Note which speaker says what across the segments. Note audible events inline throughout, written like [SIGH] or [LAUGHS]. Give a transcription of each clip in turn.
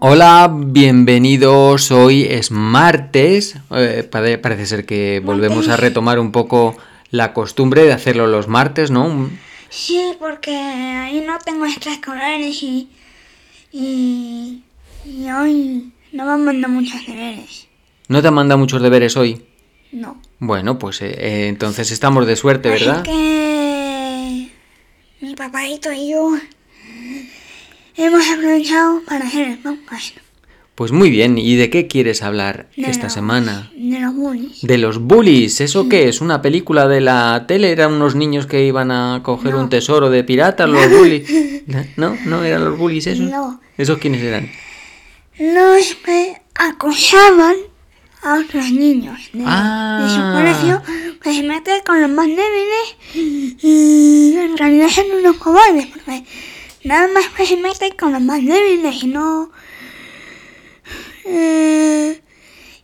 Speaker 1: Hola, bienvenidos. Hoy es martes. Eh, pare- parece ser que volvemos a
Speaker 2: Martes.
Speaker 1: retomar un poco la costumbre de hacerlo los martes, ¿no? Un-
Speaker 2: Sí, porque ahí no tengo extraescolares y, y, y hoy no me mandado muchos deberes.
Speaker 1: ¿No te manda muchos deberes hoy?
Speaker 2: No.
Speaker 1: Bueno, pues eh, eh, entonces estamos de suerte, ¿verdad?
Speaker 2: Así que mi papadito y yo hemos aprovechado para hacer el podcast
Speaker 1: Pues muy bien. ¿Y de qué quieres hablar
Speaker 2: De
Speaker 1: esta
Speaker 2: los-
Speaker 1: semana?
Speaker 2: de los bullies.
Speaker 1: De los bullies, ¿eso qué es? ¿Una película de la tele? ¿Eran unos niños que iban a coger un tesoro de piratas, los bullies?
Speaker 2: [LAUGHS]
Speaker 1: ¿No? ¿No eran los bullies esos?
Speaker 2: No.
Speaker 1: ¿Esos quiénes eran?
Speaker 2: Los que acosaban a otros niños de, de su
Speaker 1: Ah.
Speaker 2: colegio que se meten pues, con los más débiles y en realidad son unos cobardes porque nada más que se meten con los más débiles y no... Eh,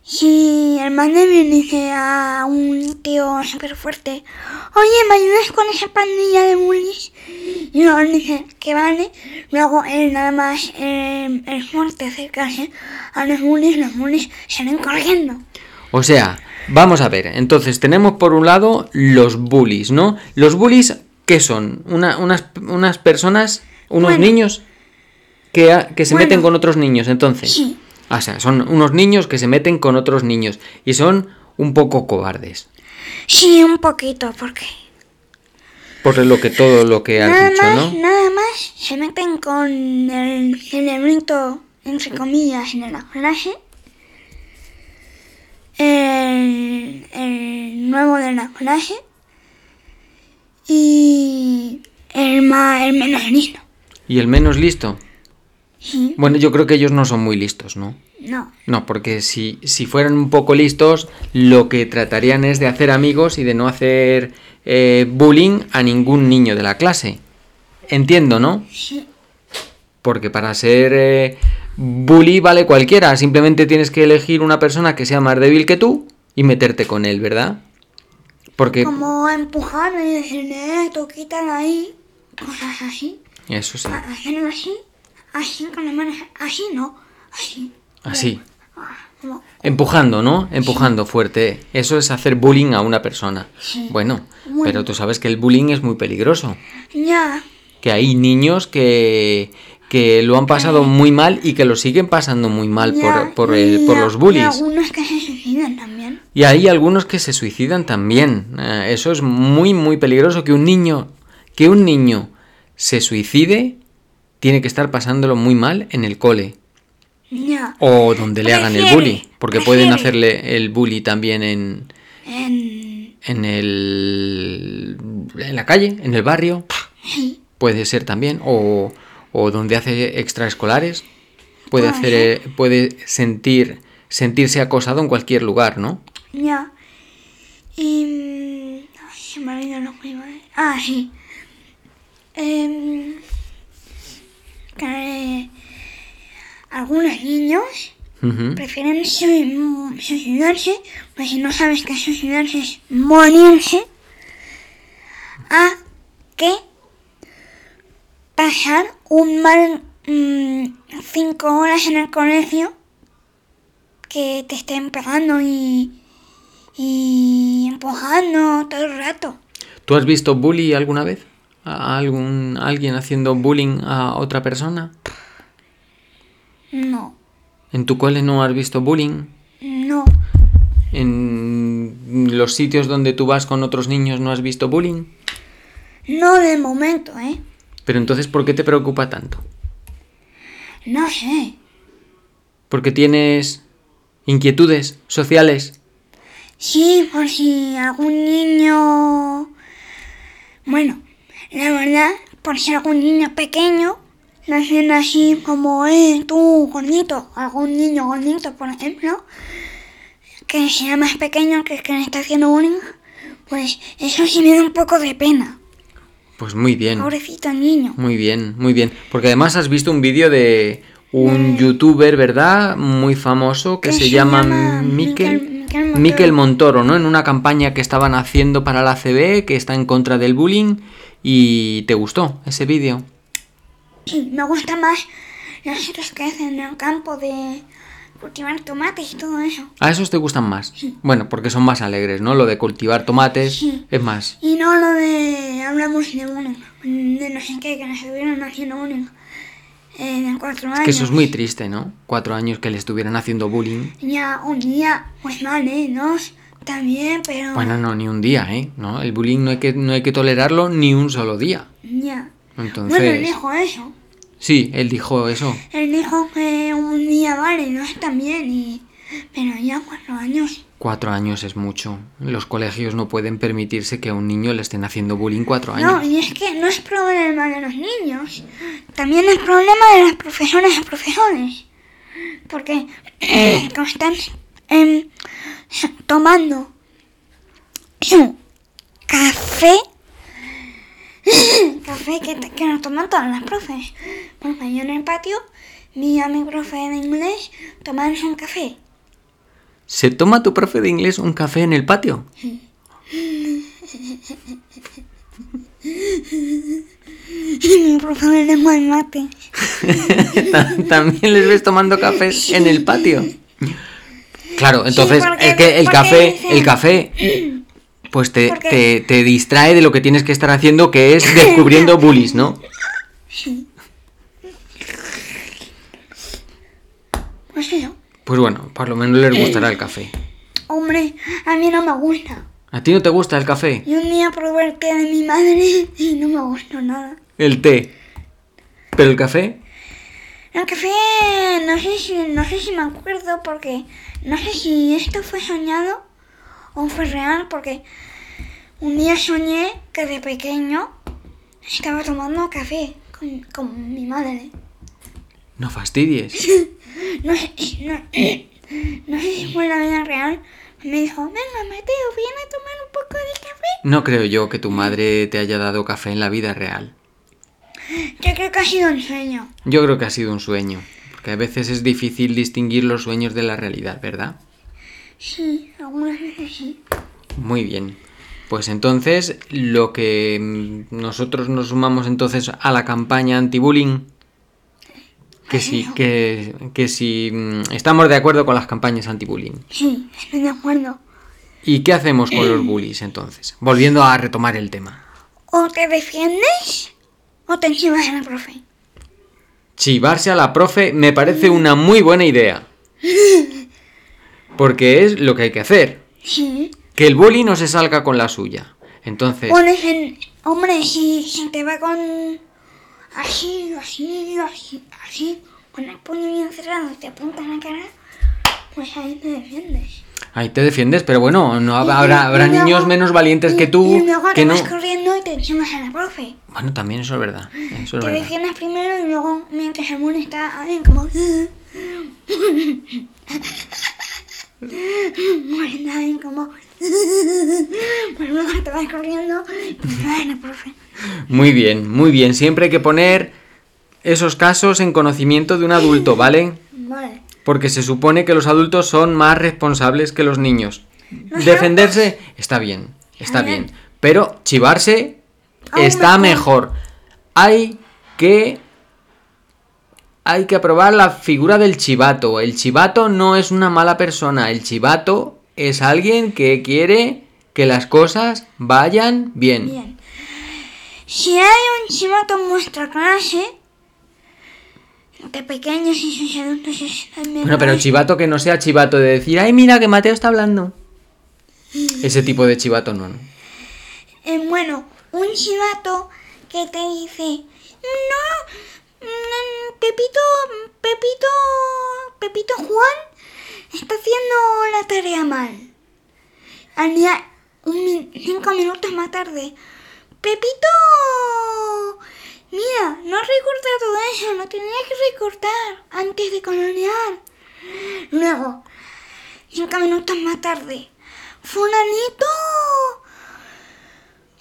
Speaker 2: si el más débil dice a un tío súper fuerte, oye, ¿me ayudas con esa pandilla de bullies? Y luego él dice que vale, luego él nada más, eh, el fuerte acercarse ¿eh? a los bullies, los bullies salen corriendo.
Speaker 1: O sea, vamos a ver. Entonces, tenemos por un lado los bullies, ¿no? Los bullies, ¿qué son? Una- unas, unas personas, unos
Speaker 2: Bueno.
Speaker 1: niños que, ha- que se
Speaker 2: Bueno.
Speaker 1: meten con otros niños, entonces.
Speaker 2: Sí.
Speaker 1: O sea, son unos niños que se meten con otros niños y son un poco cobardes.
Speaker 2: Sí, un poquito, porque
Speaker 1: Por lo que todo lo que
Speaker 2: nada
Speaker 1: has dicho,
Speaker 2: más,
Speaker 1: ¿no?
Speaker 2: nada más se meten con el cerebrito, entre comillas, en el frase. El, el nuevo de la clase y el, ma, el menos listo.
Speaker 1: Y el menos listo.
Speaker 2: Sí,
Speaker 1: Bueno, yo creo que ellos no son muy listos, ¿no?
Speaker 2: no.
Speaker 1: No, porque si, si fueran un poco listos, lo que tratarían es de hacer amigos y de no hacer eh, bullying a ningún niño de la clase. Entiendo, ¿no?
Speaker 2: Sí,
Speaker 1: Porque para ser eh, bully vale cualquiera, simplemente tienes que elegir una persona que sea más débil que tú y meterte con él, ¿verdad? Porque
Speaker 2: como empujar y decirle, eh, tú quítala ahí, cosas así,
Speaker 1: eso sí,
Speaker 2: a- hacerlo así, así con las manos, así no, así.
Speaker 1: así,
Speaker 2: Ah, como-
Speaker 1: empujando, ¿no? Empujando fuerte, eso es hacer bullying a una persona.
Speaker 2: Sí.
Speaker 1: Bueno,
Speaker 2: Bueno.
Speaker 1: pero tú sabes que el bullying es muy peligroso.
Speaker 2: Ya,
Speaker 1: que hay niños que, que lo han pasado muy mal y que lo siguen pasando muy mal
Speaker 2: ya,
Speaker 1: por, por,
Speaker 2: y
Speaker 1: eh, por
Speaker 2: a-
Speaker 1: los
Speaker 2: Y
Speaker 1: bullies.
Speaker 2: algunos que se suicidan también.
Speaker 1: Y hay algunos que se suicidan también. Eh, Eso es muy, muy peligroso. Que un niño, que un niño se suicide, tiene que estar pasándolo muy mal en el cole.
Speaker 2: Ya,
Speaker 1: O donde le hagan el
Speaker 2: Prefiere,
Speaker 1: bully. Porque pueden
Speaker 2: prefiere.
Speaker 1: hacerle el bully también en,
Speaker 2: en...
Speaker 1: en el en la calle, en el barrio, puede ser también o, o donde hace extraescolares, puede
Speaker 2: Puede
Speaker 1: hacer eh, puede sentir sentirse acosado en cualquier lugar, ¿no?
Speaker 2: Ya. Y... mm, ay, se me olvidan los primeros. Ah, sí. Em, que algunos niños
Speaker 1: Ujú.
Speaker 2: prefieren sui- suicidarse, pues si no sabes que suicidarse es morirse, a que pasar un mal mm, cinco horas en el colegio que te estén pegando y, y empujando todo el rato.
Speaker 1: ¿Tú has visto bully alguna vez? ¿A algún alguien haciendo bullying a otra persona?
Speaker 2: No,
Speaker 1: ¿En tu cole no has visto bullying?
Speaker 2: no,
Speaker 1: ¿En los sitios donde tú vas con otros niños no has visto bullying?
Speaker 2: no de momento, ¿eh?
Speaker 1: Pero entonces, ¿por qué te preocupa tanto?
Speaker 2: No sé.
Speaker 1: Porque tienes inquietudes sociales.
Speaker 2: Sí, por si algún niño... Bueno, la verdad, por si algún niño pequeño lo hacen así como, eh, tú, gordito, algún niño gordito, por ejemplo, que sea más pequeño que el que le está haciendo bullying, pues eso sí me da un poco de pena.
Speaker 1: Pues muy bien.
Speaker 2: Pobrecito niño.
Speaker 1: Muy bien, muy bien. Porque además has visto un vídeo de un youtuber, ¿verdad? Muy famoso que
Speaker 2: Que
Speaker 1: se,
Speaker 2: se
Speaker 1: llama,
Speaker 2: llama
Speaker 1: Miquel,
Speaker 2: Miquel- Miquel Montoro.
Speaker 1: Miquel Montoro, ¿no? En una campaña que estaban haciendo para la CB, que está en contra del bullying. ¿Y te gustó ese vídeo?
Speaker 2: Sí, me gusta más las otras que hacen en el campo de cultivar tomates y todo eso.
Speaker 1: ¿A esos te gustan más? Bueno, porque son más alegres, ¿no? Lo de cultivar tomates
Speaker 2: Sí.
Speaker 1: es más.
Speaker 2: Y no lo de hablamos de bullying, de no sé qué, que nos estuvieron haciendo bullying eh, de cuatro años.
Speaker 1: Que eso es muy triste, ¿no? Cuatro años que le estuvieran haciendo bullying.
Speaker 2: Ya un día, pues vale, dos también, pero
Speaker 1: Bueno, no, ni un día, ¿eh? ¿No? El bullying no hay que, no hay que tolerarlo ni un solo día.
Speaker 2: ya. Bueno, él
Speaker 1: Entonces...
Speaker 2: dijo eso.
Speaker 1: Sí, él dijo eso.
Speaker 2: Él dijo que un día vale, dos también, y... pero ya cuatro años.
Speaker 1: Cuatro años es mucho. Los colegios no pueden permitirse que a un niño le estén haciendo bullying cuatro
Speaker 2: No,
Speaker 1: años.
Speaker 2: y es que no es problema de los niños, también es problema de las profesoras y profesores. Porque [CLEARS THROAT] como están em, tomando su café, [CLEARS THROAT] café que, t- que nos toman todas las profes. Bueno, yo en el patio vi a mi profe de inglés tomándose un café. [CLEARS THROAT]
Speaker 1: ¿Se toma tu profe de inglés un café en el patio? [LAUGHS]
Speaker 2: Y mi profe de lengua y mate.
Speaker 1: También les ves tomando cafés en el patio. Claro, entonces
Speaker 2: porque-
Speaker 1: es que el
Speaker 2: porque
Speaker 1: café,
Speaker 2: dicen-
Speaker 1: el café, pues te,
Speaker 2: Porque-
Speaker 1: te, te distrae de lo que tienes que estar haciendo, que
Speaker 2: [LAUGHS]
Speaker 1: es descubriendo bullies, ¿no?
Speaker 2: [LAUGHS] Pues eso.
Speaker 1: Pues bueno, por lo menos les gustará el café.
Speaker 2: Hombre, a mí no me gusta.
Speaker 1: ¿A ti no te gusta el café?
Speaker 2: Y un día probé el té de mi madre [LAUGHS] y no me gustó nada.
Speaker 1: El té. ¿Pero el café?
Speaker 2: El café, no sé si, no sé si me acuerdo porque no sé si esto fue soñado o fue real porque un día soñé que de pequeño estaba tomando café con, con mi madre.
Speaker 1: No fastidies.
Speaker 2: No sé, no, no sé si fue en la vida real. Me dijo, venga Mateo, ven a tomar un poco de café.
Speaker 1: No creo yo que tu madre te haya dado café en la vida real.
Speaker 2: Yo creo que ha sido un sueño.
Speaker 1: Yo creo que ha sido un sueño, porque a veces es difícil distinguir los sueños de la realidad, ¿verdad?
Speaker 2: Sí, algunas veces sí.
Speaker 1: Muy bien. Pues entonces, lo que mm, nosotros nos sumamos entonces a la campaña anti-bullying, que si, que, que si mm, estamos de acuerdo con las campañas anti-bullying.
Speaker 2: Sí, estoy de acuerdo.
Speaker 1: ¿Y qué hacemos con los bullies entonces? Volviendo a retomar el tema.
Speaker 2: O te defiendes o te encima al profe.
Speaker 1: Chivarse a la profe me parece una muy buena idea. Porque es lo que hay que hacer.
Speaker 2: Sí.
Speaker 1: Que el bully no se salga con la suya. Entonces,
Speaker 2: Pones en. Hombre, si, si te va con. Así, así, así, así. Con el puño bien cerrado y te apunta en la cara. Pues ahí te defiendes.
Speaker 1: ahí te defiendes, pero bueno, no hab- habrá,
Speaker 2: Y- y
Speaker 1: habrá
Speaker 2: luego-
Speaker 1: niños menos valientes
Speaker 2: y-
Speaker 1: que tú
Speaker 2: Y luego
Speaker 1: que
Speaker 2: te
Speaker 1: no.
Speaker 2: vas corriendo y te encimas a la profe.
Speaker 1: Bueno, también eso es verdad. Eso es
Speaker 2: Te
Speaker 1: verdad.
Speaker 2: defiendes primero y luego, mientras el mundo está alguien como. [LAUGHS] Muerta, alguien como. [LAUGHS] Pues luego te vas corriendo y te vas a la profe.
Speaker 1: Muy bien, muy bien. Siempre hay que poner esos casos en conocimiento de un adulto, ¿vale?
Speaker 2: Vale.
Speaker 1: Porque se supone que los adultos son más responsables que los niños. Defenderse está bien, está
Speaker 2: Está bien.
Speaker 1: bien. Pero chivarse
Speaker 2: Aún
Speaker 1: está
Speaker 2: mejor.
Speaker 1: mejor. Hay que. Hay que aprobar la figura del chivato. El chivato no es una mala persona. El chivato es alguien que quiere que las cosas vayan bien.
Speaker 2: Bien. Si hay un chivato en vuestra clase, de pequeños y sus adultos están
Speaker 1: Bueno, pero
Speaker 2: menores,
Speaker 1: chivato que no sea chivato de decir, ay, mira que Mateo está
Speaker 2: [LAUGHS]
Speaker 1: hablando. Ese tipo de chivato no. ¿no?
Speaker 2: Eh, bueno, un chivato que te dice, no, mm, Pepito, Pepito, Pepito Juan está haciendo la tarea mal. Al día, un min- cinco minutos más tarde, Pepito, mira, no has recortado eso, no tenías que recortar antes de colorear. Luego, cinco minutos más tarde, fulanito,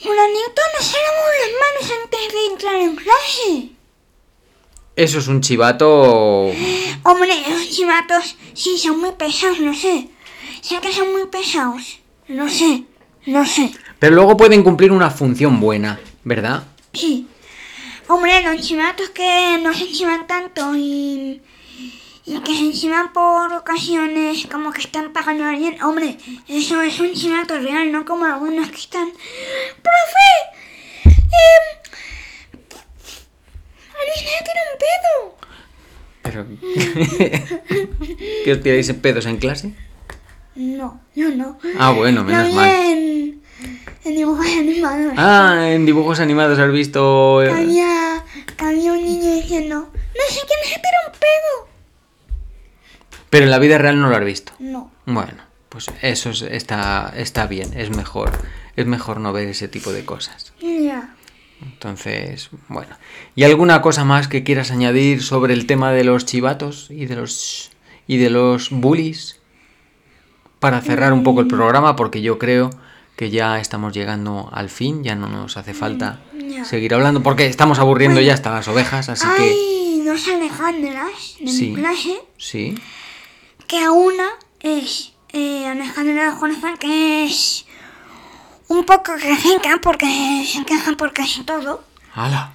Speaker 2: Fulanito, nos lavamos las manos antes de entrar en clase.
Speaker 1: Eso es un chivato.
Speaker 2: Hombre, los chivatos sí son muy pesados, no sé. Sé que son muy pesados. No sé, no sé.
Speaker 1: Pero luego pueden cumplir una función buena, ¿verdad?
Speaker 2: Sí. Hombre, los chivatos que no se chivan tanto y, y que se chivan por ocasiones como que están pagando a alguien. Hombre, eso es un chivato real, no como algunos que están. ¡Profe! em, ¡Alicia tiene un pedo!
Speaker 1: Pero... [LAUGHS] ¿Que os tiráis pedos en clase?
Speaker 2: No, no, no.
Speaker 1: Ah, bueno, menos
Speaker 2: Lo vi
Speaker 1: mal.
Speaker 2: En, en dibujos animados.
Speaker 1: Ah, en dibujos animados has visto...
Speaker 2: Que
Speaker 1: eh,
Speaker 2: había, que había un niño diciendo, no sé quién es, pero un pedo.
Speaker 1: Pero en la vida real no lo has visto.
Speaker 2: No.
Speaker 1: Bueno, pues eso es- está, está bien, es mejor. Es mejor no ver ese tipo de cosas.
Speaker 2: Ya.
Speaker 1: Entonces, bueno. ¿Y alguna cosa más que quieras añadir sobre el tema de los chivatos y de los y de los bullies? Para cerrar un
Speaker 2: Mm.
Speaker 1: poco el programa, porque yo creo que ya estamos llegando al fin, ya no nos hace falta
Speaker 2: Mm, ya.
Speaker 1: seguir hablando, porque estamos aburriendo ya hasta las ovejas, así que
Speaker 2: Hay dos Alejandras de
Speaker 1: Sí.
Speaker 2: mi clase,
Speaker 1: sí.
Speaker 2: que una es eh, Alejandra de Juanza, que es un poco quejica porque se queja porque es todo.
Speaker 1: ¡Hala!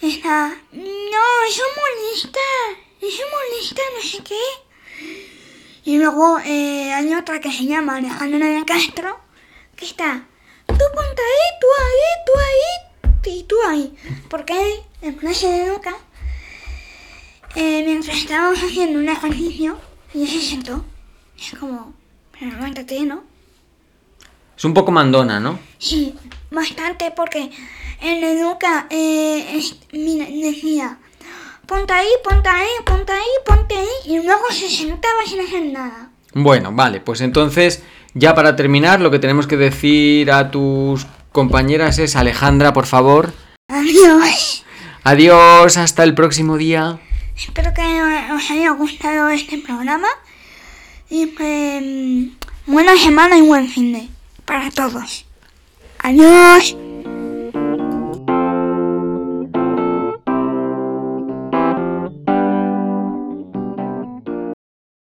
Speaker 2: Está, no, es molesta, es molesta, no sé qué. Y luego eh, hay otra que se llama Alejandra de Castro, que está, tú ponte ahí, tú ahí, tú ahí, y tú ahí. Porque en clase de Educa, eh, mientras estábamos haciendo un ejercicio, y se sentó. Es como, pero levántate, ¿no?
Speaker 1: Es un poco mandona, ¿no?
Speaker 2: Sí, bastante porque en Educa eh, es- mira, decía, ponte ahí, ponte ahí, ponte ahí, ponte ahí, y luego se sentaba sin hacer nada.
Speaker 1: Bueno, vale, pues entonces, ya para terminar, lo que tenemos que decir a tus compañeras es Alejandra, por favor.
Speaker 2: Adiós.
Speaker 1: Adiós, hasta el próximo día.
Speaker 2: Espero que os haya gustado este programa y pues, que mm, buena semana y buen fin de para todos. Adiós.